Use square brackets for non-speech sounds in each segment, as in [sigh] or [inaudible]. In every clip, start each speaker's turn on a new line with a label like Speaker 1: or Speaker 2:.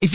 Speaker 1: If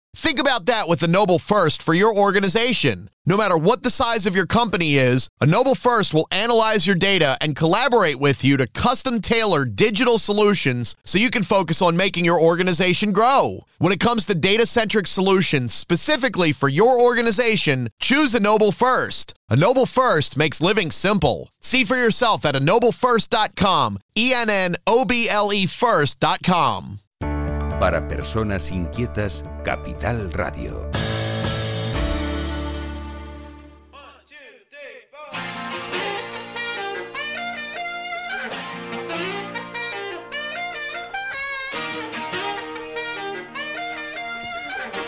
Speaker 1: Think about that with a Noble First for your organization. No matter what the size of your company is, a Noble First will analyze your data and collaborate with you to custom tailor digital solutions so you can focus on making your organization grow. When it comes to data centric solutions specifically for your organization, choose a Noble First. A Noble First makes living simple. See for yourself at ennoblefirst.com, E N N O B L E first.com.
Speaker 2: Para personas inquietas, Capital Radio.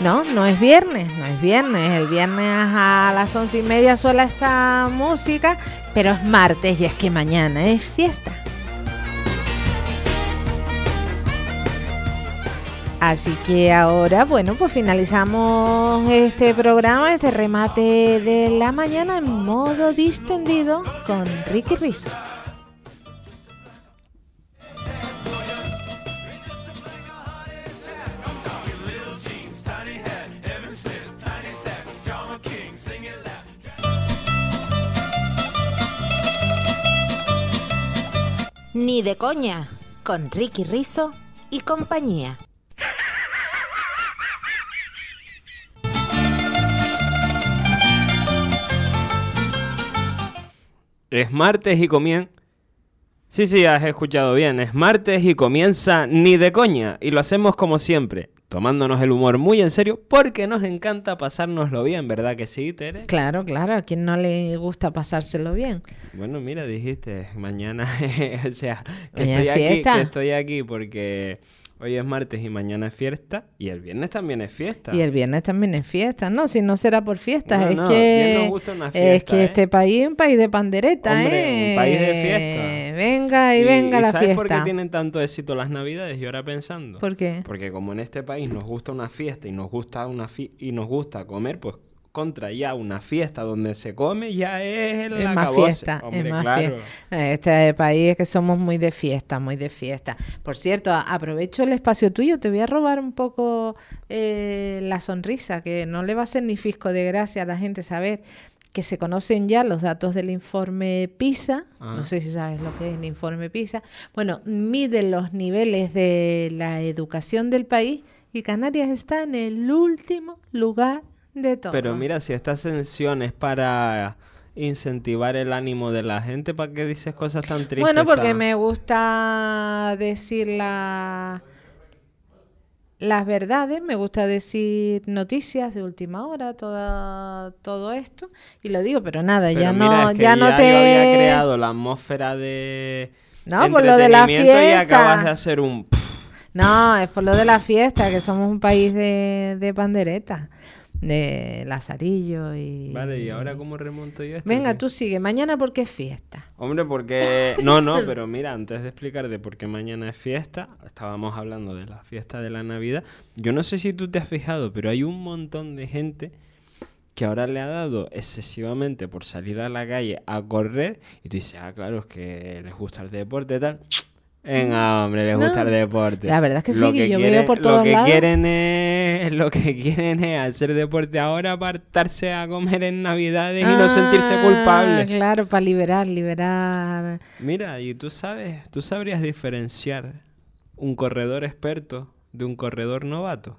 Speaker 3: No, no es viernes, no es viernes. El viernes a las once y media suela esta música, pero es martes y es que mañana es fiesta. Así que ahora, bueno, pues finalizamos este programa, este remate de la mañana en modo distendido con Ricky Rizzo.
Speaker 4: Ni de coña, con Ricky Rizzo y compañía.
Speaker 5: Es martes y comienza. Sí, sí, has escuchado bien. Es martes y comienza ni de coña. Y lo hacemos como siempre, tomándonos el humor muy en serio, porque nos encanta pasárnoslo bien, ¿verdad que sí, Tere?
Speaker 3: Claro, claro, a quien no le gusta pasárselo bien.
Speaker 5: Bueno, mira, dijiste, mañana, [laughs] o sea, que
Speaker 3: Mañana
Speaker 5: estoy,
Speaker 3: es
Speaker 5: aquí,
Speaker 3: fiesta.
Speaker 5: que estoy aquí porque hoy es martes y mañana es fiesta. Y el viernes también es fiesta.
Speaker 3: Y el viernes también es fiesta, no, si no será por fiestas,
Speaker 5: No,
Speaker 3: es
Speaker 5: no, bien
Speaker 3: que
Speaker 5: nos gusta una
Speaker 3: es
Speaker 5: fiesta,
Speaker 3: que
Speaker 5: ¿eh?
Speaker 3: este país es un país de pandereta, ¿eh?
Speaker 5: Hombre, un país de fiesta.
Speaker 3: Venga y, venga la
Speaker 5: ¿sabes
Speaker 3: fiesta.
Speaker 5: por qué tienen tanto éxito las navidades? Yo ahora pensando.
Speaker 3: ¿Por qué?
Speaker 5: Porque como en este país nos gusta una fiesta y nos gusta una fi- y nos gusta comer, pues contra ya una fiesta donde se come ya es el
Speaker 3: Es más
Speaker 5: acabose.
Speaker 3: fiesta, es
Speaker 5: Hombre,
Speaker 3: más
Speaker 5: claro.
Speaker 3: fiesta. Este país es que somos muy de fiesta, muy de fiesta. Por cierto, a- aprovecho el espacio tuyo, te voy a robar un poco eh, la sonrisa, que no le va a hacer ni fisco de gracia a la gente saber que se conocen ya los datos del informe PISA.
Speaker 5: Ah.
Speaker 3: No sé si sabes lo que es el informe PISA. Bueno, mide los niveles de la educación del país y Canarias está en el último lugar de todo.
Speaker 5: Pero mira, si esta ascensión es para incentivar el ánimo de la gente, ¿para qué dices cosas tan tristes?
Speaker 3: Bueno, porque
Speaker 5: tan-
Speaker 3: me gusta decir la- las verdades, me gusta decir noticias de última hora, toda, todo esto, y lo digo, pero nada,
Speaker 5: Pero
Speaker 3: ya
Speaker 5: mira,
Speaker 3: no,
Speaker 5: es que
Speaker 3: ya no
Speaker 5: yo
Speaker 3: te...
Speaker 5: había creado la atmósfera de
Speaker 3: No, por lo de la
Speaker 5: entretenimiento y acabas
Speaker 3: fiesta.
Speaker 5: de hacer un
Speaker 3: No, es por lo de la fiesta, que somos un país de, de panderetas, de lazarillo y...
Speaker 5: Vale, ¿y ahora cómo remonto yo esto?
Speaker 3: Venga,
Speaker 5: tío?
Speaker 3: tú sigue, mañana porque es fiesta. [laughs]
Speaker 5: Hombre, porque... No, no, pero mira, antes de explicar de por qué mañana es fiesta, estábamos hablando de la fiesta de la Navidad. Yo no sé si tú te has fijado, pero hay un montón de gente que ahora le ha dado excesivamente por salir a la calle a correr y tú dices, ah, claro, es que les gusta el deporte tal. Venga, hombre, les
Speaker 3: No.
Speaker 5: gusta el deporte.
Speaker 3: La verdad es que sí, que yo veo
Speaker 5: quieren-
Speaker 3: por todos
Speaker 5: lo que
Speaker 3: lados.
Speaker 5: Quieren es, lo que quieren es hacer deporte ahora, apartarse a comer en Navidades y no sentirse
Speaker 3: Ah,
Speaker 5: culpables.
Speaker 3: Claro, para liberar, liberar...
Speaker 5: Mira, y tú sabes, tú sabrías diferenciar un corredor experto de un corredor novato.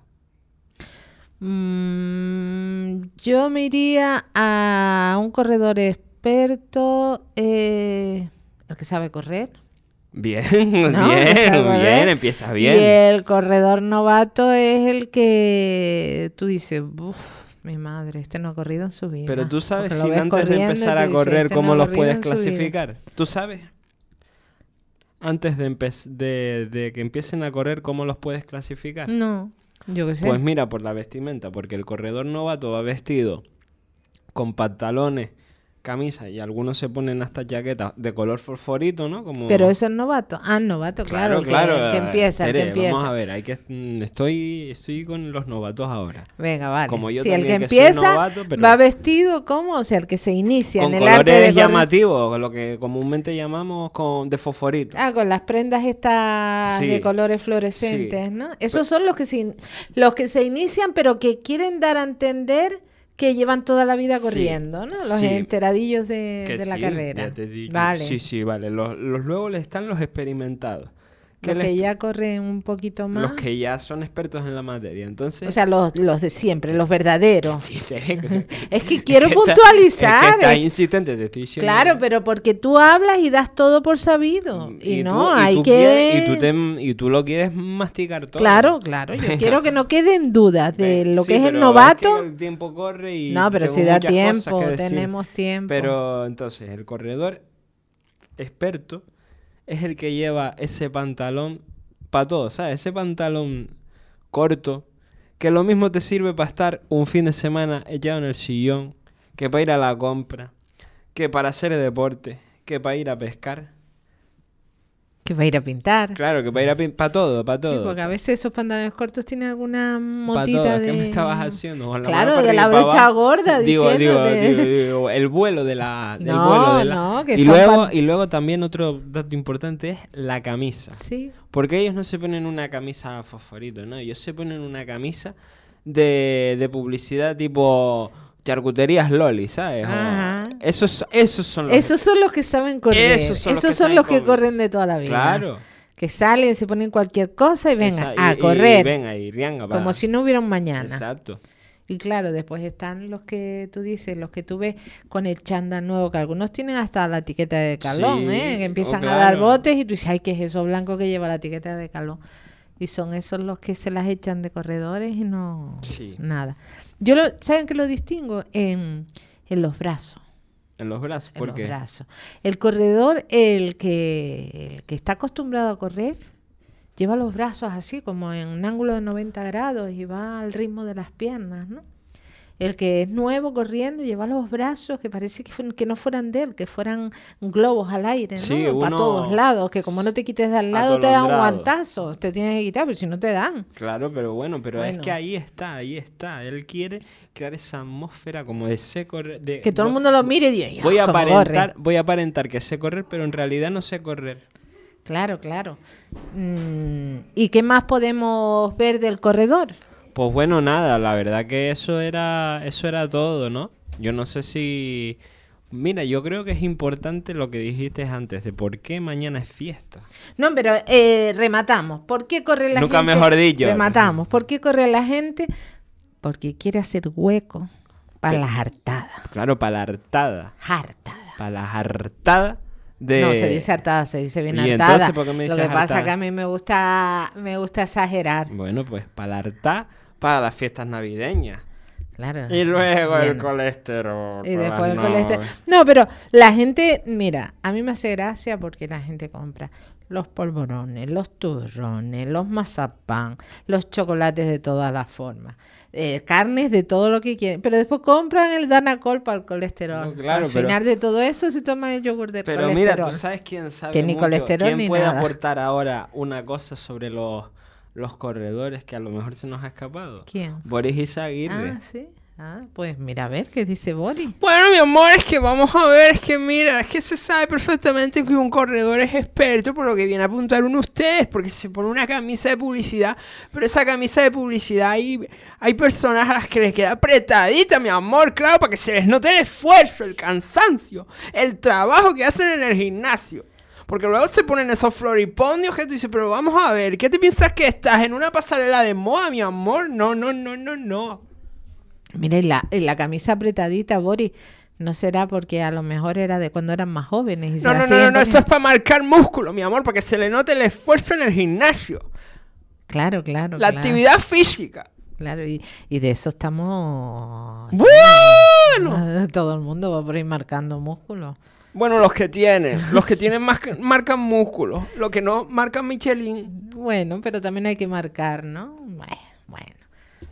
Speaker 3: Mm, yo me iría a un corredor experto, eh, el que sabe correr.
Speaker 5: Bien, [laughs]
Speaker 3: ¿no? El que
Speaker 5: bien,
Speaker 3: sabe correr.
Speaker 5: bien, empiezas bien.
Speaker 3: Y el corredor novato es el que tú dices, "Buf, mi madre, este no ha corrido en su vida.
Speaker 5: Pero tú sabes
Speaker 3: Porque lo
Speaker 5: si
Speaker 3: ves
Speaker 5: antes de
Speaker 3: corriendo y
Speaker 5: empezar
Speaker 3: tú
Speaker 5: a
Speaker 3: dices,
Speaker 5: correr,
Speaker 3: "Este no
Speaker 5: ¿cómo
Speaker 3: ha
Speaker 5: los
Speaker 3: corrido
Speaker 5: puedes
Speaker 3: en su vida".
Speaker 5: clasificar? ¿Tú sabes? Antes de, empe- de, de que empiecen a correr, ¿cómo los puedes clasificar?
Speaker 3: No, yo qué sé.
Speaker 5: Pues mira, por la vestimenta, porque el corredor novato va vestido con pantalones camisas y algunos se ponen hasta chaquetas de color fosforito, ¿no? Como...
Speaker 3: Pero eso es novato. Ah, novato, claro. el que- el que, empieza, el que
Speaker 5: Tere,
Speaker 3: empieza.
Speaker 5: Vamos a ver, hay que, mm, estoy, estoy con los novatos ahora.
Speaker 3: Venga, vale.
Speaker 5: Como yo
Speaker 3: si el que
Speaker 5: también, que soy
Speaker 3: empieza
Speaker 5: novato, pero-
Speaker 3: va vestido como, o sea, el que se inicia
Speaker 5: con
Speaker 3: en el arte de
Speaker 5: colores
Speaker 3: corre-
Speaker 5: llamativos, lo que comúnmente llamamos con, de fosforito.
Speaker 3: Ah, con las prendas estas
Speaker 5: Sí.
Speaker 3: de colores fluorescentes,
Speaker 5: Sí.
Speaker 3: ¿no? Esos son los que se in- los que se inician, pero que quieren dar a entender que llevan toda la vida
Speaker 5: Sí,
Speaker 3: corriendo, ¿no? Los
Speaker 5: sí.
Speaker 3: enteradillos de,
Speaker 5: Que
Speaker 3: de la
Speaker 5: sí,
Speaker 3: carrera.
Speaker 5: ya te digo.
Speaker 3: Vale.
Speaker 5: Sí, sí, vale. Los, los luego le están los experimentados. que
Speaker 3: Los
Speaker 5: les-
Speaker 3: que ya corren un poquito más.
Speaker 5: Los que ya son expertos en la materia. Entonces,
Speaker 3: O sea, los, los de siempre, los verdaderos.
Speaker 5: [laughs] sí, te-
Speaker 3: [laughs]
Speaker 5: es que
Speaker 3: Es que quiero
Speaker 5: está-
Speaker 3: puntualizar.
Speaker 5: Es que estás
Speaker 3: es-
Speaker 5: insistente, te estoy diciendo.
Speaker 3: Claro, pero porque tú hablas y das todo por sabido. Y,
Speaker 5: tú-
Speaker 3: no,
Speaker 5: Mm, y
Speaker 3: hay
Speaker 5: tú
Speaker 3: que...
Speaker 5: quieres- y, tú te- y tú lo quieres masticar todo.
Speaker 3: Claro, claro. Yo
Speaker 5: [laughs] Venga.
Speaker 3: quiero que no queden dudas de
Speaker 5: Ve,
Speaker 3: lo
Speaker 5: sí,
Speaker 3: que es el
Speaker 5: pero
Speaker 3: novato.
Speaker 5: es que el tiempo corre y
Speaker 3: no, pero
Speaker 5: tengo
Speaker 3: si da
Speaker 5: muchas cosas
Speaker 3: tiempo,
Speaker 5: que decir.
Speaker 3: tenemos tiempo.
Speaker 5: Pero entonces, el corredor experto es el que lleva ese pantalón para todo, ¿sabes? Ese pantalón corto que lo mismo te sirve para estar un fin de semana echado en el sillón, que para ir a la compra, que para hacer deporte, que para ir a pescar.
Speaker 3: que va a ir a pintar.
Speaker 5: Claro, que para ir a pin- para todo, para
Speaker 3: Sí,
Speaker 5: todo.
Speaker 3: porque a veces esos pantalones cortos tienen alguna
Speaker 5: Pa'
Speaker 3: motita
Speaker 5: todo,
Speaker 3: de...
Speaker 5: ¿Qué me estabas haciendo? Con la
Speaker 3: Claro,
Speaker 5: mano para
Speaker 3: de la
Speaker 5: arriba y para
Speaker 3: brocha
Speaker 5: abajo.
Speaker 3: gorda
Speaker 5: digo, digo,
Speaker 3: diciéndote.
Speaker 5: digo, digo, el vuelo de la, del
Speaker 3: No,
Speaker 5: vuelo de la-
Speaker 3: no, que
Speaker 5: y
Speaker 3: son
Speaker 5: luego
Speaker 3: pan-
Speaker 5: y luego también otro dato importante es la camisa.
Speaker 3: Sí.
Speaker 5: Porque ellos no se ponen una camisa fosforito, ¿no? Ellos se ponen una camisa de, de publicidad tipo charcuterías loli, ¿sabes? O-
Speaker 3: Ajá.
Speaker 5: esos esos son los
Speaker 3: Esos son los que saben correr. Esos son los, que,
Speaker 5: saben correr.
Speaker 3: corren de toda la vida.
Speaker 5: Claro.
Speaker 3: Que salen, se ponen cualquier cosa y vengan
Speaker 5: Esa- y-
Speaker 3: a
Speaker 5: y-
Speaker 3: correr.
Speaker 5: y venga y rianga para-
Speaker 3: como si no hubiera un mañana.
Speaker 5: Exacto.
Speaker 3: Y claro, después están los que tú dices, los que tú ves con el chándal nuevo, que algunos tienen hasta la etiqueta de calón,
Speaker 5: Sí,
Speaker 3: ¿eh? Que
Speaker 5: oh,
Speaker 3: empiezan a
Speaker 5: claro.
Speaker 3: dar botes y tú dices, ay, ¿qué es eso blanco que lleva la etiqueta de calón? Y son esos los que se las echan de corredores y no...
Speaker 5: Sí.
Speaker 3: Nada. Yo, lo, ¿saben que lo distingo? En, en los brazos.
Speaker 5: En los brazos,
Speaker 3: En
Speaker 5: ¿por
Speaker 3: los
Speaker 5: qué?
Speaker 3: brazos. El corredor, el que, el que está acostumbrado a correr, lleva los brazos así, como en un ángulo de 90 grados y va al ritmo de las piernas, ¿no? El que es nuevo corriendo lleva los brazos que parece que, fuen- que no fueran de él, que fueran globos al aire, ¿no?
Speaker 5: Sí,
Speaker 3: Para
Speaker 5: uno
Speaker 3: todos lados, que como no te quites de al lado te dan
Speaker 5: atolondrado.
Speaker 3: guantazos, te tienes que quitar, pero si no te dan.
Speaker 5: Claro, pero bueno, pero es que
Speaker 3: Bueno.
Speaker 5: ahí está, ahí está. Él quiere crear esa atmósfera como de sé correr. de-
Speaker 3: Que todo el
Speaker 5: vo-
Speaker 3: mundo lo mire y diga, "Ya,
Speaker 5: Eh, Voy a,
Speaker 3: cómo corre".
Speaker 5: aparentar, voy a aparentar que sé correr, pero en realidad no sé correr.
Speaker 3: Claro, claro. Mm, ¿Y qué más podemos ver del corredor?
Speaker 5: Pues bueno, nada, la verdad que eso era, eso era todo, ¿no? Yo no sé si... Mira, yo creo que es importante lo que dijiste antes, de por qué mañana es fiesta.
Speaker 3: No, pero eh, rematamos. ¿Por qué corre la
Speaker 5: Nunca
Speaker 3: gente?
Speaker 5: mejor dicho.
Speaker 3: Rematamos. ¿Por qué corre la gente? Porque quiere hacer hueco para
Speaker 5: ¿Qué?
Speaker 3: las hartadas.
Speaker 5: Claro, para la hartada.
Speaker 3: Hartadas.
Speaker 5: Para la hartada de...
Speaker 3: No, se dice hartada, se dice bien
Speaker 5: ¿Y
Speaker 3: hartada.
Speaker 5: entonces por qué me
Speaker 3: Lo que
Speaker 5: dices
Speaker 3: pasa
Speaker 5: hartada?
Speaker 3: que a mí me gusta, me gusta exagerar.
Speaker 5: Bueno, pues para la hartada, para las fiestas navideñas.
Speaker 3: Claro.
Speaker 5: Y luego el
Speaker 3: Bien.
Speaker 5: colesterol.
Speaker 3: Y
Speaker 5: por
Speaker 3: después el
Speaker 5: las
Speaker 3: colesterol.
Speaker 5: nubes.
Speaker 3: No, pero la gente, mira, a mí me hace gracia porque la gente compra los polvorones, los turrones, los mazapán, los chocolates de todas las formas, eh, carnes de todo lo que quieren, pero después compran el danacol para el colesterol.
Speaker 5: No, claro,
Speaker 3: Al
Speaker 5: pero-
Speaker 3: final de todo eso se toma el yogur de
Speaker 5: Pero
Speaker 3: colesterol.
Speaker 5: mira, tú sabes quién sabe
Speaker 3: Que ni
Speaker 5: mucho?
Speaker 3: colesterol
Speaker 5: quién
Speaker 3: ni
Speaker 5: puede
Speaker 3: nada.
Speaker 5: aportar ahora una cosa sobre los, los corredores que a lo mejor se nos ha escapado.
Speaker 3: ¿Quién?
Speaker 5: Boris Izaguirre.
Speaker 3: Ah, sí. Ah, pues mira, a ver qué dice Boli.
Speaker 5: Bueno, mi amor, es que vamos a ver, es que mira, es que se sabe perfectamente que un corredor es experto por lo que viene a apuntar uno de ustedes, porque se pone una camisa de publicidad, pero esa camisa de publicidad hay, hay personas a las que les queda apretadita, mi amor, claro, para que se les note el esfuerzo, el cansancio, el trabajo que hacen en el gimnasio. Porque luego se ponen esos floripondios que tú dices, pero vamos a ver, ¿qué te piensas que estás en una pasarela de moda, mi amor? No, no, no, no, no.
Speaker 3: Mira, y la, y la camisa apretadita, Boris, no será porque a lo mejor era de cuando eran más jóvenes. Y se
Speaker 5: No,
Speaker 3: la
Speaker 5: no, no,
Speaker 3: siguen
Speaker 5: no, no,
Speaker 3: poniendo.
Speaker 5: eso es para marcar músculo, mi amor, para que se le note el esfuerzo en el gimnasio,
Speaker 3: Claro, claro.
Speaker 5: la
Speaker 3: claro,
Speaker 5: actividad física.
Speaker 3: Claro, y, y de eso estamos.
Speaker 5: Bueno,
Speaker 3: [laughs] Todo el mundo va por ahí marcando músculos.
Speaker 5: bueno, los que tienen, los que tienen más marcan músculo, los que no marcan Michelin.
Speaker 3: Bueno, pero también hay que marcar, ¿no? Bueno, bueno.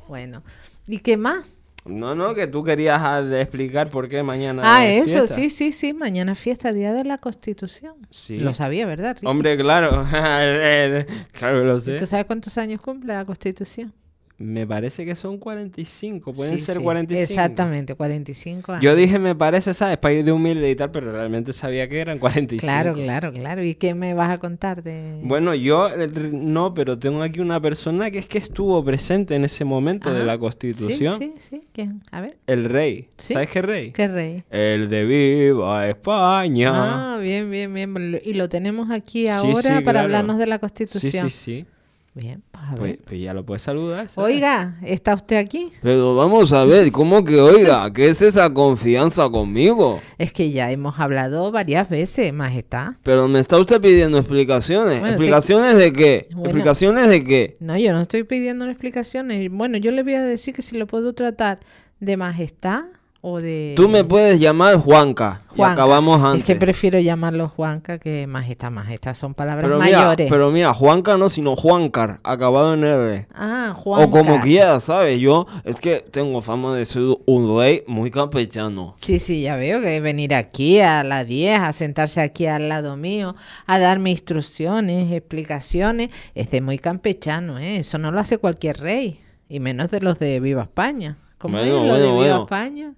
Speaker 3: bueno. ¿Y qué más?
Speaker 6: No, no, que tú querías ah, de explicar por qué mañana.
Speaker 3: Ah,
Speaker 6: es
Speaker 3: eso,
Speaker 6: fiesta.
Speaker 3: sí, sí, sí. Mañana es fiesta, Día de la Constitución.
Speaker 6: Sí.
Speaker 3: Lo sabía, ¿verdad, Ricky?
Speaker 6: Hombre, claro. [laughs] claro que lo sé.
Speaker 3: ¿Tú sabes cuántos años cumple la Constitución?
Speaker 6: Me parece que son 45. Pues Pueden
Speaker 3: Sí,
Speaker 6: ser
Speaker 3: sí,
Speaker 6: 45.
Speaker 3: Exactamente, 45 años.
Speaker 6: Yo dije, me parece, ¿sabes? Para ir de humilde y tal, pero realmente sabía que eran 45.
Speaker 3: Claro, claro, claro. ¿Y qué me vas a contar de...?
Speaker 6: Bueno, yo eh, r- no, pero tengo aquí una persona que es que estuvo presente en ese momento de
Speaker 3: Ajá.
Speaker 6: la Constitución.
Speaker 3: Sí, sí, sí. ¿Quién? A ver.
Speaker 6: El rey.
Speaker 3: Sí.
Speaker 6: ¿Sabes qué rey?
Speaker 3: ¿Qué rey?
Speaker 6: El de Viva España.
Speaker 3: Ah, bien, bien, bien. Lo- Y lo tenemos aquí
Speaker 6: Sí,
Speaker 3: ahora
Speaker 6: sí,
Speaker 3: para
Speaker 6: claro.
Speaker 3: hablarnos de la
Speaker 6: sí, sí,
Speaker 3: Constitución.
Speaker 6: sí.
Speaker 3: Bien, pues a
Speaker 6: Pues,
Speaker 3: ver.
Speaker 6: pues ya lo puedes saludar. ¿sabes?
Speaker 3: Oiga, ¿está usted aquí?
Speaker 5: Pero vamos a ver, ¿cómo que oiga? ¿Qué es esa confianza conmigo?
Speaker 3: Es que ya hemos hablado varias veces, majestad.
Speaker 5: Pero me está usted pidiendo explicaciones.
Speaker 3: Bueno, te-
Speaker 5: ¿Explicaciones de qué?
Speaker 3: Bueno.
Speaker 5: ¿Explicaciones de qué?
Speaker 3: No, yo no estoy pidiendo explicaciones. Bueno, yo le voy a decir que si lo puedo tratar de majestad o de...
Speaker 5: Tú me puedes llamar Juanca. y
Speaker 3: Juanca.
Speaker 5: acabamos antes.
Speaker 3: Es que prefiero llamarlo Juanca que majestad. Majestad son palabras
Speaker 5: pero, mira,
Speaker 3: mayores.
Speaker 5: pero mira, Juanca no, sino Juancar, acabado en R.
Speaker 3: Ah, Juanca.
Speaker 5: O como quieras, ¿sabes? Yo es que tengo fama de ser un rey muy campechano.
Speaker 3: Sí, sí, ya veo que venir aquí a las 10, a sentarse aquí al lado mío, a darme instrucciones, explicaciones, es de muy campechano, ¿eh? Eso no lo hace cualquier rey, y menos de los de Viva España. Como es
Speaker 5: Bueno,
Speaker 3: lo de
Speaker 5: bueno,
Speaker 3: Viva
Speaker 5: bueno.
Speaker 3: España?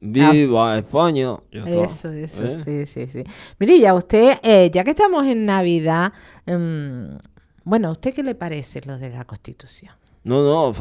Speaker 5: Viva España. Ya está.
Speaker 3: Ah. Eso, eso, sí,
Speaker 5: ¿Eh?
Speaker 3: sí, sí. Mire, ya usted, eh, ya que estamos en Navidad, mm, bueno, ¿a usted qué le parece lo de la Constitución?
Speaker 5: No, no,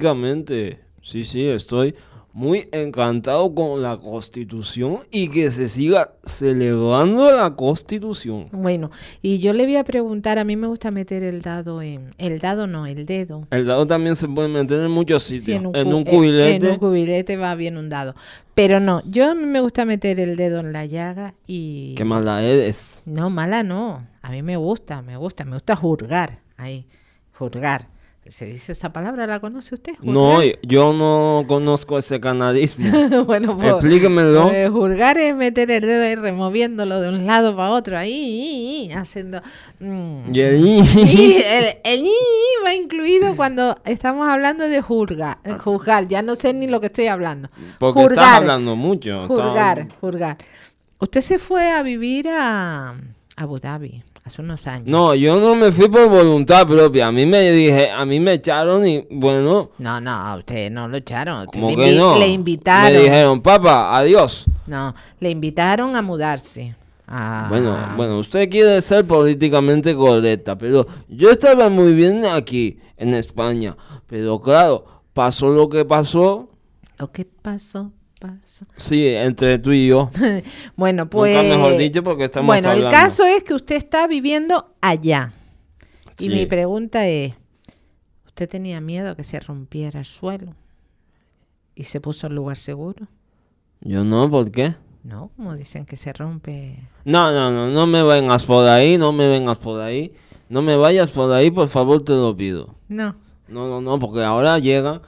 Speaker 5: fantásticamente. Sí, sí, estoy muy encantado con la Constitución y que se siga celebrando la Constitución.
Speaker 3: Bueno, y yo le voy a preguntar, a mí me gusta meter el dado en, el dado no, el dedo.
Speaker 5: El dado también se puede meter en muchos
Speaker 3: Sí,
Speaker 5: sitios.
Speaker 3: en un,
Speaker 5: en
Speaker 3: cu-
Speaker 5: un
Speaker 3: en-
Speaker 5: cubilete.
Speaker 3: En un cubilete va bien un dado. Pero no, yo a mí me gusta meter el dedo en la llaga y...
Speaker 5: Qué mala eres.
Speaker 3: No, mala no. A mí me gusta, me gusta, me gusta juzgar. Ahí, juzgar. ¿Se dice esa palabra? ¿La conoce usted?
Speaker 5: No,
Speaker 3: ¿Juzgar?
Speaker 5: yo no conozco ese
Speaker 3: [laughs]
Speaker 5: canadismo.
Speaker 3: bueno, pues...
Speaker 5: Explíquemelo.
Speaker 3: pues, juzgar es meter el dedo ahí removiéndolo de un lado para otro, ahí, y- y- haciendo... mm.
Speaker 5: Y ahí- [laughs]
Speaker 3: Y el, el i- i va incluido cuando estamos hablando de juzgar, eh, juzgar. Ya no sé ni lo que estoy hablando.
Speaker 5: Ah. Porque estás
Speaker 3: Juzgar.
Speaker 5: hablando mucho. estás-
Speaker 3: Juzgar, juzgar. Usted se fue a vivir a a Abu Dhabi hace unos años.
Speaker 5: No, yo no me fui por voluntad propia. A mí me dije, a mí me echaron y bueno,
Speaker 3: No, no, a usted no lo echaron. Usted
Speaker 5: como
Speaker 3: le,
Speaker 5: que
Speaker 3: invi-
Speaker 5: no.
Speaker 3: le invitaron.
Speaker 5: Me dijeron, papá, adiós.
Speaker 3: No, le invitaron a mudarse. Ah. a-
Speaker 5: Bueno, bueno, usted quiere ser políticamente correcta, pero yo estaba muy bien aquí en España. Pero claro, pasó lo que pasó,
Speaker 3: Lo que Oh, pasó, pasó.
Speaker 5: sí, entre tú y
Speaker 3: [laughs]
Speaker 5: yo.
Speaker 3: Bueno, pues.
Speaker 5: mejor dicho, porque estamos
Speaker 3: Bueno, el
Speaker 5: hablando.
Speaker 3: caso es que usted está viviendo allá. Y
Speaker 5: Sí.
Speaker 3: mi pregunta es: ¿Usted tenía miedo que se rompiera el suelo? ¿Y se puso en lugar seguro?
Speaker 5: Yo no, ¿por qué?
Speaker 3: No, como dicen que se rompe.
Speaker 5: No, no, no, no me vengas por ahí, no me vengas por ahí. No me vayas por ahí, por favor, te lo pido.
Speaker 3: No.
Speaker 5: No, no, no, porque ahora llegan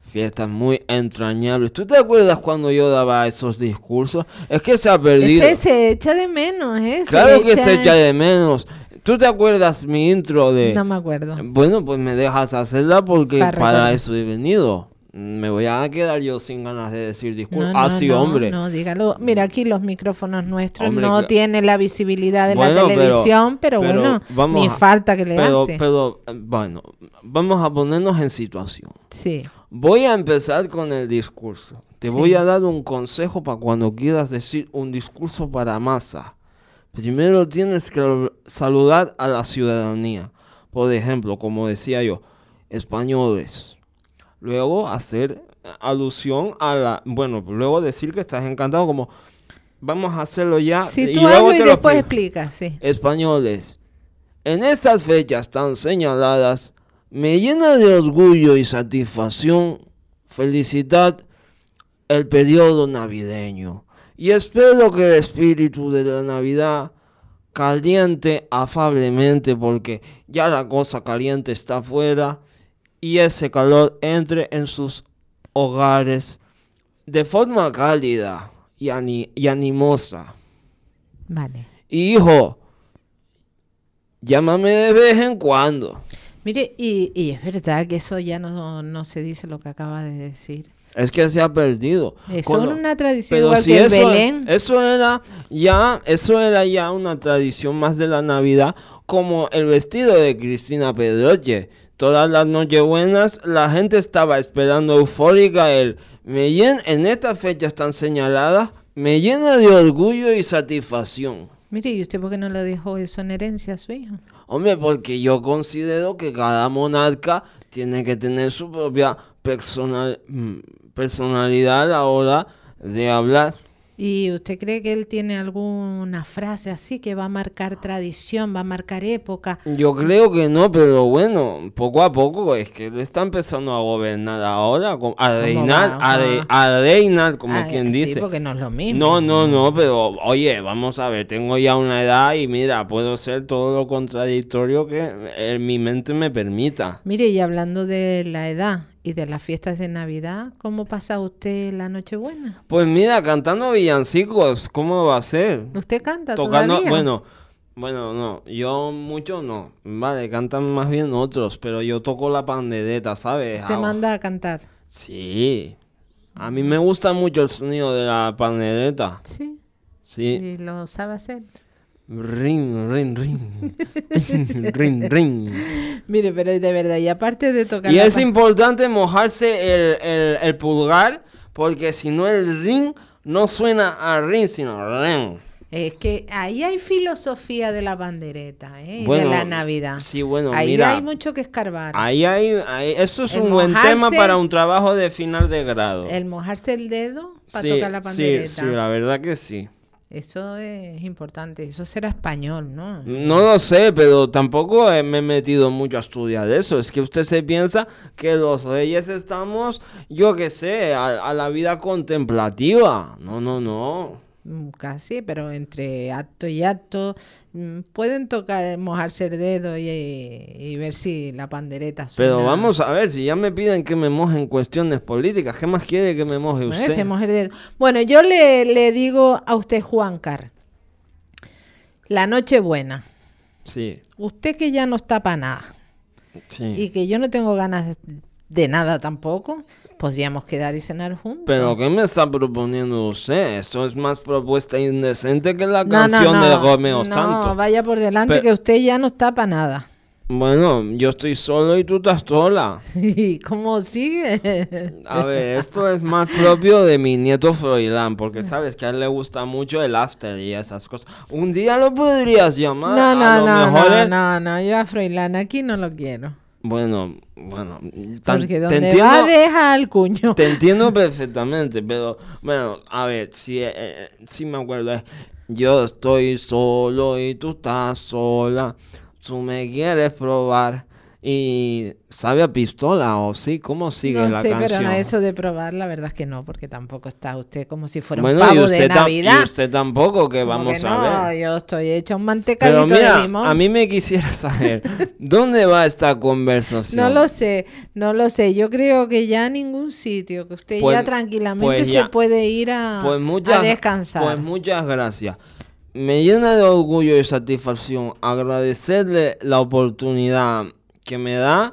Speaker 5: fiestas muy entrañables. ¿Tú te acuerdas cuando yo daba esos discursos? Es que se ha perdido.
Speaker 3: Ese se echa de menos, ¿eh?
Speaker 5: Claro que se echa de menos. ¿Tú te acuerdas mi intro de...
Speaker 3: No me acuerdo.
Speaker 5: Bueno, pues me dejas hacerla porque
Speaker 3: Para
Speaker 5: para,
Speaker 3: recordar.
Speaker 5: eso he venido. Me voy a quedar yo sin ganas de decir discursos.
Speaker 3: No,
Speaker 5: ah,
Speaker 3: no,
Speaker 5: sí,
Speaker 3: no,
Speaker 5: hombre.
Speaker 3: No, dígalo. Mira, aquí los micrófonos nuestros
Speaker 5: Hombre,
Speaker 3: no
Speaker 5: cla-
Speaker 3: tienen la visibilidad de la
Speaker 5: Bueno, pero-
Speaker 3: televisión, pero,
Speaker 5: pero
Speaker 3: bueno,
Speaker 5: vamos
Speaker 3: ni
Speaker 5: a-
Speaker 3: falta que le
Speaker 5: pero,
Speaker 3: hace.
Speaker 5: Pero, eh, bueno, vamos a ponernos en situación.
Speaker 3: Sí.
Speaker 5: Voy a empezar con el discurso. Te voy a dar un consejo para cuando quieras decir un discurso para masa. Primero tienes que al- saludar a la ciudadanía. Por ejemplo, como decía yo, españoles. Luego hacer alusión a la... Bueno, luego decir que estás encantado como... Vamos a hacerlo ya.
Speaker 3: Si
Speaker 5: Ah, y
Speaker 3: tú
Speaker 5: luego
Speaker 3: algo
Speaker 5: te
Speaker 3: y
Speaker 5: lo
Speaker 3: después
Speaker 5: explico.
Speaker 3: explicas, sí.
Speaker 5: Españoles, en estas fechas tan señaladas, me llena de orgullo y satisfacción felicitar el periodo navideño. Y espero que el espíritu de la Navidad caliente afablemente, porque ya la cosa caliente está afuera y ese calor entre en sus hogares de forma cálida y, ani- y animosa.
Speaker 3: Vale.
Speaker 5: Hijo, llámame de vez en cuando.
Speaker 3: Mire, y, y es verdad que eso ya no, no se dice lo que acaba de decir.
Speaker 5: Es que se ha perdido.
Speaker 3: Eso
Speaker 5: Cuando-
Speaker 3: era una tradición
Speaker 5: Pero
Speaker 3: igual
Speaker 5: si
Speaker 3: que el
Speaker 5: eso,
Speaker 3: Belén.
Speaker 5: eso era ya, eso era ya una tradición más de la Navidad, como el vestido de Cristina Pedroche. Todas las nochebuenas la gente estaba esperando eufórica el me llen- en estas fechas tan señaladas, me llena de orgullo y satisfacción.
Speaker 3: Mire, ¿y usted por qué no le dejó eso en herencia a su hijo?
Speaker 5: Hombre, porque yo considero que cada monarca tiene que tener su propia personal, mm, personalidad a la hora de hablar.
Speaker 3: ¿Y usted cree que él tiene alguna frase así que va a marcar tradición, va a marcar época?
Speaker 5: Yo creo que no, pero bueno, poco a poco es que él está empezando a gobernar ahora, co- a reinar,
Speaker 3: va?
Speaker 5: a, re- a reinar, como
Speaker 3: Ah,
Speaker 5: quien
Speaker 3: sí,
Speaker 5: dice.
Speaker 3: porque no es lo mismo.
Speaker 5: No, no, no, pero oye, vamos a ver, tengo ya una edad y mira, puedo ser todo lo contradictorio que eh, mi mente me permita.
Speaker 3: Mire, y hablando de la edad y de las fiestas de Navidad, ¿cómo pasa usted la Nochebuena?
Speaker 5: Pues mira, cantando villancicos, ¿cómo va a ser?
Speaker 3: ¿Usted canta
Speaker 5: tocando,
Speaker 3: todavía?
Speaker 5: bueno, bueno, no, yo mucho no, vale, cantan más bien otros, pero yo toco la pandereta, ¿sabes?
Speaker 3: Te
Speaker 5: Ah,
Speaker 3: manda a cantar,
Speaker 5: Sí, a mí me gusta mucho el sonido de la pandereta,
Speaker 3: ¿sí?
Speaker 5: sí,
Speaker 3: Y lo sabe hacer.
Speaker 5: ring, ring, [laughs] ring, ring, ring.
Speaker 3: Mire, pero de verdad, y aparte de tocar
Speaker 5: Y
Speaker 3: la
Speaker 5: es
Speaker 3: pan-
Speaker 5: importante mojarse el, el- el pulgar, porque si no el ring no suena a ring, sino ring.
Speaker 3: Es que ahí hay filosofía de la bandereta, ¿eh? Y
Speaker 5: Bueno,
Speaker 3: de la Navidad.
Speaker 5: sí, bueno,
Speaker 3: ahí
Speaker 5: mira.
Speaker 3: hay mucho que escarbar.
Speaker 5: Ahí hay, ahí- eso es
Speaker 3: El
Speaker 5: un buen tema
Speaker 3: mojarse-
Speaker 5: para un trabajo de final de grado.
Speaker 3: El mojarse el dedo para
Speaker 5: Sí,
Speaker 3: tocar la bandereta.
Speaker 5: Sí, sí, la verdad que sí.
Speaker 3: Eso es importante. Eso será español, ¿no?
Speaker 5: No lo sé, pero tampoco eh, me he metido mucho a estudiar eso. Es que usted se piensa que los reyes estamos, yo qué sé, a, a la vida contemplativa. No, no, no.
Speaker 3: Mm, Casi, pero entre acto y acto mm, pueden tocar, mojarse el dedo y, y ver si la pandereta suena.
Speaker 5: Pero vamos a ver, si ya me piden que me mojen cuestiones políticas, ¿qué más quiere que me moje
Speaker 3: Bueno,
Speaker 5: usted?
Speaker 3: ese mojar el dedo. Bueno, yo le, le digo a usted, Juan Car, la noche buena.
Speaker 5: Sí,
Speaker 3: Usted que ya no está para nada
Speaker 5: sí.
Speaker 3: y que yo no tengo ganas de nada tampoco, podríamos quedar y cenar juntos.
Speaker 5: ¿Pero qué me está proponiendo usted? Esto es más propuesta indecente que la
Speaker 3: No, no,
Speaker 5: canción de
Speaker 3: no.
Speaker 5: Romeo
Speaker 3: No,
Speaker 5: Santos.
Speaker 3: vaya por delante
Speaker 5: Pe-
Speaker 3: que usted ya no está para nada. [laughs]
Speaker 5: Bueno, yo estoy solo y tú estás sola.
Speaker 3: ¿Y cómo sigue? [laughs]
Speaker 5: A ver, esto es más propio de mi nieto Froilán, porque sabes que a él le gusta mucho el after y esas cosas. Un día lo podrías llamar.
Speaker 3: No,
Speaker 5: a
Speaker 3: no,
Speaker 5: lo
Speaker 3: no,
Speaker 5: mejor
Speaker 3: no,
Speaker 5: él-
Speaker 3: no, no, yo a Froilán aquí no lo quiero.
Speaker 5: Bueno, bueno. tan-
Speaker 3: Porque
Speaker 5: te
Speaker 3: donde
Speaker 5: entiendo,
Speaker 3: va deja al cuño.
Speaker 5: te entiendo perfectamente, pero bueno, a ver, si, eh, eh, si me acuerdo. es, yo estoy solo y tú estás sola. Tú me quieres probar. Y sabe a pistola, o sí, ¿cómo sigue
Speaker 3: no
Speaker 5: la
Speaker 3: sé,
Speaker 5: canción?
Speaker 3: pero no, eso de probar, la verdad es que no, porque tampoco está usted como si fuera
Speaker 5: Bueno,
Speaker 3: un
Speaker 5: y
Speaker 3: pavo
Speaker 5: usted,
Speaker 3: de
Speaker 5: tam- y
Speaker 3: Navidad.
Speaker 5: usted tampoco, que
Speaker 3: Como
Speaker 5: vamos
Speaker 3: que
Speaker 5: a
Speaker 3: no,
Speaker 5: ver.
Speaker 3: yo estoy hecha un mantecadito
Speaker 5: Pero mira,
Speaker 3: de limón.
Speaker 5: a mí me quisiera [laughs] saber, ¿dónde va esta conversación?
Speaker 3: No lo sé, no lo sé. Yo creo que ya a ningún sitio, que usted
Speaker 5: Pues-
Speaker 3: ya tranquilamente
Speaker 5: pues
Speaker 3: se
Speaker 5: ya.
Speaker 3: puede ir a,
Speaker 5: Pues muchas,
Speaker 3: Ah, a descansar.
Speaker 5: Pues muchas gracias. Me llena de orgullo y satisfacción agradecerle la oportunidad que me da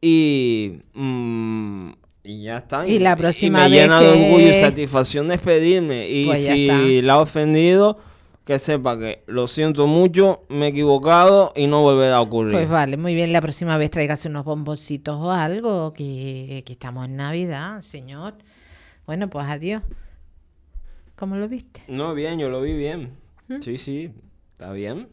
Speaker 5: y... mm, y ya está.
Speaker 3: Y la próxima
Speaker 5: me
Speaker 3: vez
Speaker 5: llena de
Speaker 3: que-
Speaker 5: orgullo y satisfacción despedirme. Y
Speaker 3: Pues ya
Speaker 5: si
Speaker 3: está.
Speaker 5: la ha ofendido, que sepa que lo siento mucho, me he equivocado y no volverá a ocurrir.
Speaker 3: Pues vale, muy bien. La próxima vez tráigase unos bomboncitos o algo, que, que estamos en Navidad, señor. Bueno, pues adiós. ¿Cómo lo viste?
Speaker 5: No, bien, yo lo vi bien.
Speaker 3: ¿Mm?
Speaker 5: Sí, sí, está bien.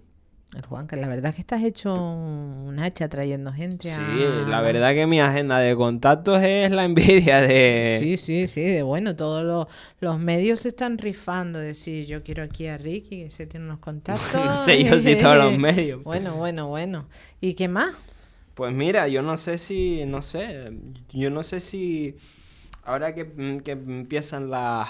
Speaker 3: El Juan, que la verdad es que estás hecho un un hacha trayendo gente.
Speaker 5: Sí,
Speaker 3: a-
Speaker 5: la verdad que mi agenda de contactos es la envidia de...
Speaker 3: Sí, sí, sí, de bueno, todos los, los medios se están rifando, decir, yo quiero aquí a Ricky, que se tiene unos contactos.
Speaker 5: No [laughs] sé yo si todos los medios.
Speaker 3: Bueno, bueno, bueno. ¿Y qué más?
Speaker 5: Pues mira, yo no sé si, no sé, yo no sé si ahora que, que empiezan las,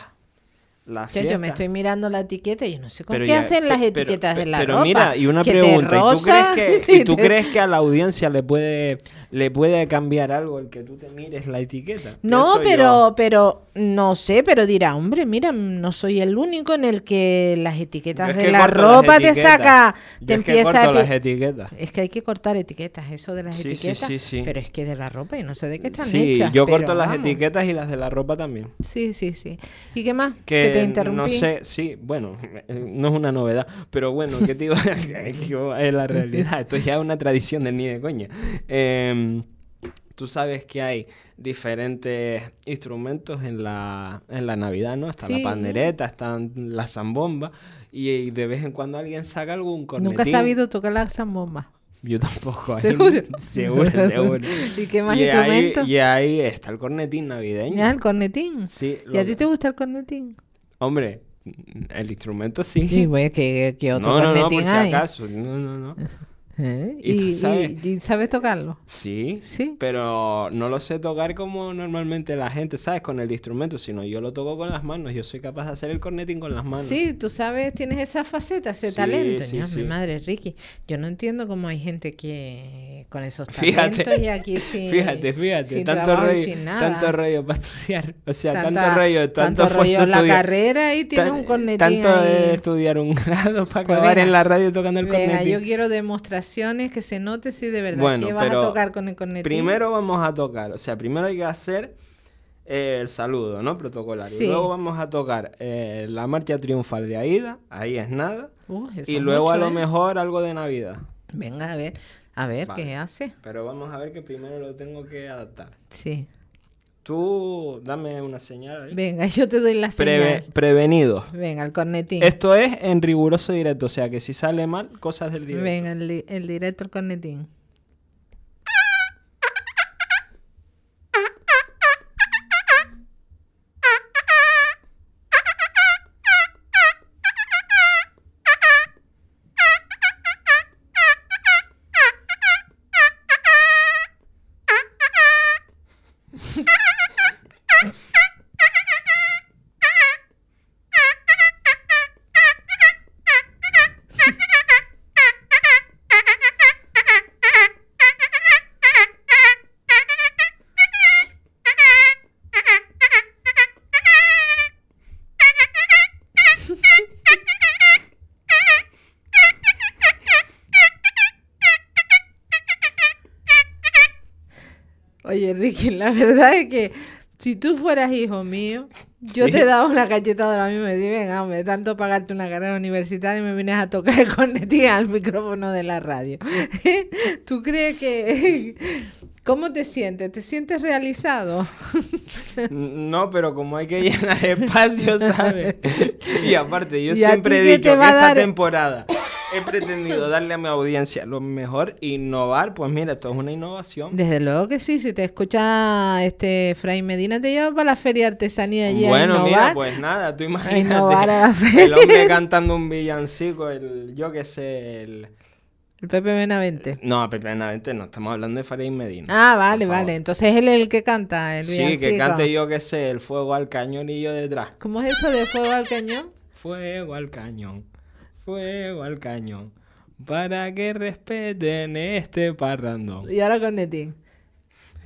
Speaker 5: la
Speaker 3: Yo,
Speaker 5: fiesta.
Speaker 3: yo me estoy mirando la etiqueta y yo no sé con
Speaker 5: Pero
Speaker 3: qué
Speaker 5: ya,
Speaker 3: hacen las
Speaker 5: pe- pero-
Speaker 3: etiquetas
Speaker 5: pe-
Speaker 3: de la
Speaker 5: pero
Speaker 3: ropa.
Speaker 5: mira, y una
Speaker 3: que te
Speaker 5: pregunta, ¿y tú,
Speaker 3: rosa, [laughs]
Speaker 5: crees que, y tú
Speaker 3: te-
Speaker 5: crees que a la audiencia le puede le puede cambiar algo el que tú te mires la etiqueta?
Speaker 3: No,
Speaker 5: Pienso
Speaker 3: pero,
Speaker 5: yo.
Speaker 3: pero no sé, pero dirá, hombre, mira, no soy el único en el que las etiquetas
Speaker 5: Yo es
Speaker 3: de
Speaker 5: que
Speaker 3: la
Speaker 5: corto
Speaker 3: ropa
Speaker 5: las
Speaker 3: te
Speaker 5: etiquetas.
Speaker 3: saca,
Speaker 5: Yo
Speaker 3: te
Speaker 5: es que
Speaker 3: empieza
Speaker 5: corto
Speaker 3: a...
Speaker 5: las
Speaker 3: pi-
Speaker 5: etiquetas.
Speaker 3: Es que hay que cortar etiquetas, eso de las
Speaker 5: Sí, sí,
Speaker 3: etiquetas.
Speaker 5: sí, sí.
Speaker 3: Pero es que de la ropa, yo no sé de qué están
Speaker 5: Sí,
Speaker 3: hechas.
Speaker 5: yo
Speaker 3: pero
Speaker 5: corto las
Speaker 3: vamos.
Speaker 5: etiquetas y las de la ropa también.
Speaker 3: Sí, sí, sí. ¿Y qué más?
Speaker 5: Que,
Speaker 3: te interrumpí.
Speaker 5: no sé, sí, bueno, eh, no es una novedad, pero bueno, ¿qué te iba a [laughs] Es la realidad, esto ya es una tradición del ni de coña. Em, tú sabes que hay diferentes instrumentos en la, en la Navidad, ¿no? Está
Speaker 3: Sí.
Speaker 5: la pandereta, están las zambombas, y, y de vez en cuando alguien saca algún cornetín.
Speaker 3: Nunca he sabido tocar la
Speaker 5: [laughs]
Speaker 3: zambomba.
Speaker 5: Yo tampoco. ahí-
Speaker 3: ¿Seguro?
Speaker 5: [laughs] seguro,
Speaker 3: [laughs]
Speaker 5: seguro.
Speaker 3: ¿Y qué más
Speaker 5: ahí,
Speaker 3: instrumento?
Speaker 5: y ahí está el cornetín navideño.
Speaker 3: Ya, el cornetín.
Speaker 5: Sí,
Speaker 3: ¿Y
Speaker 5: lo
Speaker 3: a ti
Speaker 5: que-
Speaker 3: te gusta el cornetín?
Speaker 5: Hombre, el instrumento sí.
Speaker 3: [laughs] Y
Speaker 5: [laughs]
Speaker 3: güey, que, que otro
Speaker 5: no, no, no,
Speaker 3: cornetín
Speaker 5: por si
Speaker 3: hay.
Speaker 5: acaso. No, no, no.
Speaker 3: ¿Eh?
Speaker 5: Y tú
Speaker 3: ¿Y,
Speaker 5: sabes-
Speaker 3: y- y sabes tocarlo?
Speaker 5: Sí,
Speaker 3: Sí.
Speaker 5: pero no lo sé tocar como normalmente la gente, ¿sabes? Con el instrumento, sino yo lo toco con las manos. Yo soy capaz de hacer el cornetín con las manos.
Speaker 3: Sí, tú sabes, tienes esa faceta, ese
Speaker 5: Sí,
Speaker 3: talento.
Speaker 5: sí,
Speaker 3: Ya,
Speaker 5: sí.
Speaker 3: Mi madre, Ricky, yo no entiendo cómo hay gente que con esos talentos
Speaker 5: [laughs] Fíjate,
Speaker 3: y aquí sin,
Speaker 5: fíjate, fíjate,
Speaker 3: sin
Speaker 5: tanto
Speaker 3: trabajo y
Speaker 5: rollo,
Speaker 3: sin nada.
Speaker 5: tanto rollo para [laughs] estudiar, o sea,
Speaker 3: Tanta-
Speaker 5: tanto rollo, tanto,
Speaker 3: tanto rollo
Speaker 5: esfuerzo
Speaker 3: en la
Speaker 5: estudiar.
Speaker 3: carrera y tienes un cornetín
Speaker 5: Tanto de
Speaker 3: ahí.
Speaker 5: estudiar un [laughs] grado para
Speaker 3: Pues
Speaker 5: acabar
Speaker 3: venga,
Speaker 5: en la radio tocando el
Speaker 3: Venga,
Speaker 5: cornetín.
Speaker 3: yo quiero demostraciones que se note si de verdad
Speaker 5: Bueno,
Speaker 3: que vas
Speaker 5: pero
Speaker 3: a tocar con el cornetín.
Speaker 5: Primero vamos a tocar, o sea, primero hay que hacer eh, el saludo, ¿no? Protocolario.
Speaker 3: Sí.
Speaker 5: Y luego vamos a tocar eh, la marcha triunfal de Aida, ahí es nada.
Speaker 3: Uh, eso
Speaker 5: y
Speaker 3: es
Speaker 5: luego
Speaker 3: mucho,
Speaker 5: a lo
Speaker 3: ¿eh?
Speaker 5: mejor algo de Navidad.
Speaker 3: Venga, a ver, a ver qué
Speaker 5: Vale.
Speaker 3: hace.
Speaker 5: Pero vamos a ver que primero lo tengo que adaptar.
Speaker 3: Sí.
Speaker 5: Tú dame una señal. ahí.
Speaker 3: Venga, [laughs] yo te doy la
Speaker 5: Preve-
Speaker 3: señal.
Speaker 5: prevenido.
Speaker 3: Venga, el cornetín.
Speaker 5: Esto es en riguroso directo, o sea que si sale mal, cosas del directo.
Speaker 3: Venga, el, di- el directo al cornetín. Oye, Ricky, la verdad es que si tú fueras hijo mío, yo
Speaker 5: Sí.
Speaker 3: te daba una cachetada ahora mismo y decía, venga, hombre, tanto pagarte una carrera universitaria y me vienes a tocar [laughs] el cornetín al micrófono de la radio. [laughs] ¿Tú crees que... [laughs] ¿Cómo te sientes? ¿Te sientes realizado?
Speaker 5: No, pero como hay que [laughs] llenar espacio, ¿sabes? Y aparte, yo
Speaker 3: ¿Y a
Speaker 5: siempre he
Speaker 3: ti qué te
Speaker 5: dicho que
Speaker 3: va a
Speaker 5: esta
Speaker 3: dar?
Speaker 5: temporada he pretendido darle a mi audiencia lo mejor, innovar. Pues mira, esto es una innovación.
Speaker 3: Desde luego que sí, si te escucha este Fray Medina, te lleva para la feria de artesanía allí a
Speaker 5: Bueno, mira,
Speaker 3: innovar.
Speaker 5: pues nada, tú
Speaker 3: innovar a la
Speaker 5: imagínate
Speaker 3: fe.
Speaker 5: [laughs] el hombre cantando un villancico, el yo qué sé, el...
Speaker 3: El Pepe Benavente.
Speaker 5: No, Pepe Benavente no, estamos hablando de Farid Medina.
Speaker 3: Ah,
Speaker 5: por
Speaker 3: vale,
Speaker 5: favor.
Speaker 3: vale. Entonces él es el que canta, el
Speaker 5: Sí, que
Speaker 3: villancico.
Speaker 5: cante yo qué sé, el fuego al cañón y yo detrás.
Speaker 3: ¿Cómo es eso de fuego al cañón?
Speaker 5: Fuego al cañón, fuego al cañón, para que respeten este parrandón.
Speaker 3: Y ahora cornetín.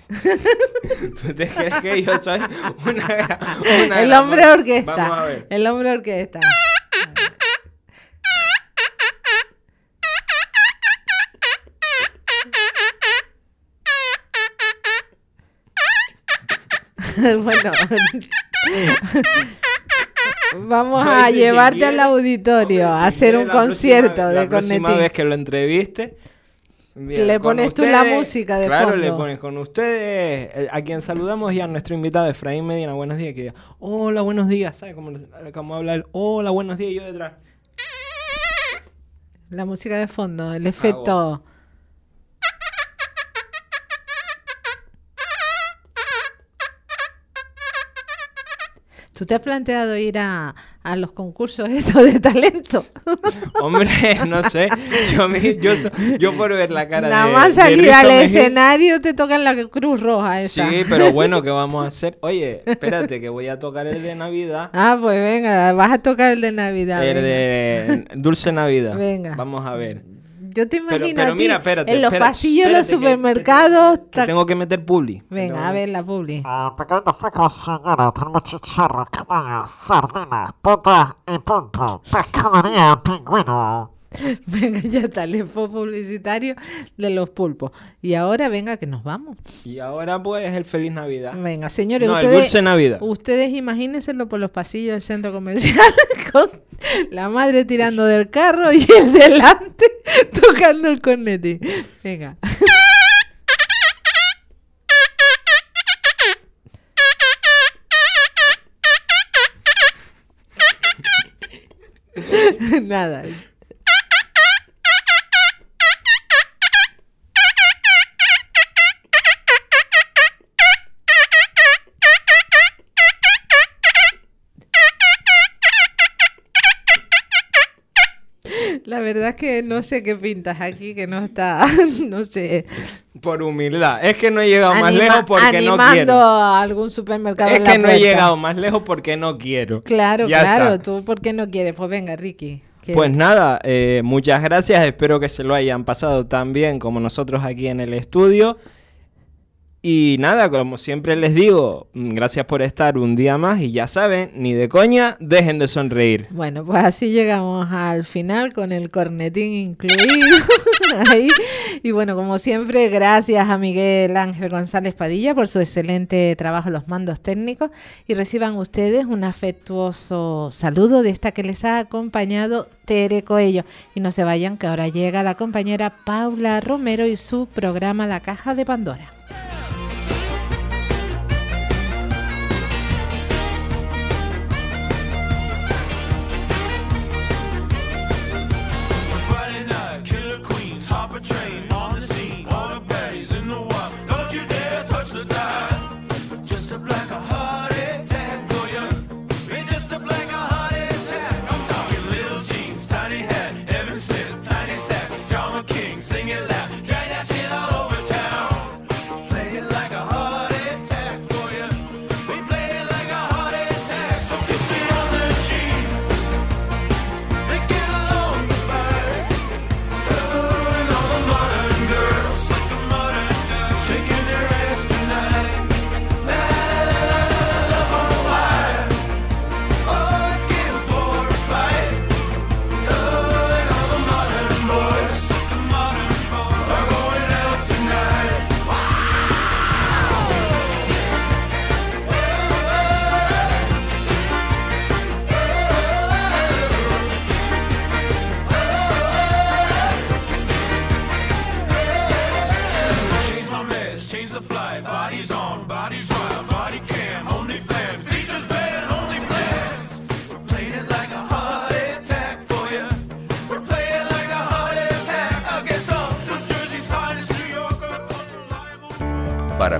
Speaker 5: ¿Tú te crees que yo soy una, gra- una
Speaker 3: El
Speaker 5: gran-
Speaker 3: hombre orquesta.
Speaker 5: Vamos a ver.
Speaker 3: El hombre orquesta. [laughs] bueno. [laughs] Vamos a
Speaker 5: Oye, si
Speaker 3: llevarte
Speaker 5: quiere-
Speaker 3: al auditorio
Speaker 5: hombre,
Speaker 3: a
Speaker 5: si
Speaker 3: hacer
Speaker 5: quiere,
Speaker 3: un
Speaker 5: la próxima-
Speaker 3: concierto de
Speaker 5: La próxima
Speaker 3: cornetín.
Speaker 5: vez que lo entreviste... mira,
Speaker 3: Le
Speaker 5: con
Speaker 3: pones tú la música de
Speaker 5: Claro, le
Speaker 3: fondo.
Speaker 5: pones con ustedes, eh, a quien saludamos ya, nuestro invitado Efraín Medina, buenos días, que diga, hola, buenos días, ¿sabes? Como, como habla él, hola, buenos días, y yo detrás.
Speaker 3: La música de fondo,
Speaker 5: Ah,
Speaker 3: el efecto. ¿Tú te has planteado ir a, a los concursos esos de talento?
Speaker 5: Hombre, [laughs] no sé. Yo, me- yo, so- yo por ver la cara
Speaker 3: Nada
Speaker 5: de.
Speaker 3: más
Speaker 5: de
Speaker 3: salir
Speaker 5: Risto
Speaker 3: al
Speaker 5: Mejía-
Speaker 3: escenario te tocan la cruz roja esa.
Speaker 5: Sí, pero bueno, ¿qué vamos a hacer? Oye, espérate, que voy a tocar el de Navidad.
Speaker 3: Ah, pues venga, vas a tocar el de Navidad.
Speaker 5: el
Speaker 3: venga.
Speaker 5: de Dulce Navidad.
Speaker 3: Venga.
Speaker 5: Vamos a ver.
Speaker 3: Yo te imagino a
Speaker 5: pero
Speaker 3: ti
Speaker 5: mira, espérate,
Speaker 3: en los
Speaker 5: espérate,
Speaker 3: pasillos de los
Speaker 5: espérate que-
Speaker 3: supermercados.
Speaker 5: Que
Speaker 3: ta-
Speaker 5: tengo que meter publi.
Speaker 3: Venga, a ver la publi.
Speaker 7: Ah, pequeños fecos, señores, tenemos chicharro, canalla, sardinas, botas y punto. Pescadería, pingüino.
Speaker 3: [laughs] Venga, ya está el info publicitario de los pulpos. Y ahora venga que nos vamos.
Speaker 5: Y ahora pues el Feliz Navidad.
Speaker 3: Venga, señores,
Speaker 5: No, el
Speaker 3: ustedes,
Speaker 5: dulce Navidad.
Speaker 3: ustedes imagínenselo por los pasillos del centro comercial [laughs] con la madre tirando del carro y el delante [laughs] tocando el cornete. Venga. [laughs] Nada. La verdad es que no sé qué pintas aquí, que no está, [laughs] no sé.
Speaker 5: Por humildad. Es que no he llegado más
Speaker 3: Anima-
Speaker 5: lejos porque no
Speaker 3: animando
Speaker 5: quiero.
Speaker 3: a algún supermercado.
Speaker 5: Es
Speaker 3: en la
Speaker 5: que no he
Speaker 3: puerta.
Speaker 5: llegado más lejos porque no quiero.
Speaker 3: Claro,
Speaker 5: Ya
Speaker 3: claro.
Speaker 5: está.
Speaker 3: ¿Tú por qué no quieres? Pues venga, Ricky. que-
Speaker 5: Pues nada, eh, muchas gracias. Espero que se lo hayan pasado tan bien como nosotros aquí en el estudio. Y nada, como siempre les digo, mm, gracias por estar un día más. Y ya saben, ni de coña, dejen de sonreír.
Speaker 3: Bueno, pues así llegamos al final con el cornetín incluido. [laughs] ahí. Y bueno, como siempre, gracias a Miguel Ángel González Padilla por su excelente trabajo en los mandos técnicos. Y reciban ustedes un afectuoso saludo de esta que les ha acompañado Tere Coello. Y no se vayan, que ahora llega la compañera Paula Romero y su programa La Caja de Pandora.
Speaker 8: Friday night, killer queens, hop a train on the scene, all the baddies in the wild. Don't you dare touch the dial. Just a black a heart attack for you. It's just a black a heart attack. I'm talking little jeans, tiny hat, Evan Smith, tiny sack, drama king, sing it loud, drag that shit all over town. Play it like a heart attack for you. We play it like a heart attack. So kiss me on the cheek. And get along goodbye. And all the modern girls, like a modern girl, shaking their ass tonight. La la la la la, love on fire. Oh, get for a fight. Oh, and all the modern boys, like a modern boy, are going out tonight. Change my meds, change the flight. Bodies on, bodies wild, body cam, only fans. Beaches bad, only fans. We're playing it like a heart attack for you. We're playing like a heart attack. I guess all New Jersey's finest, New Yorker, unreliable.
Speaker 2: Para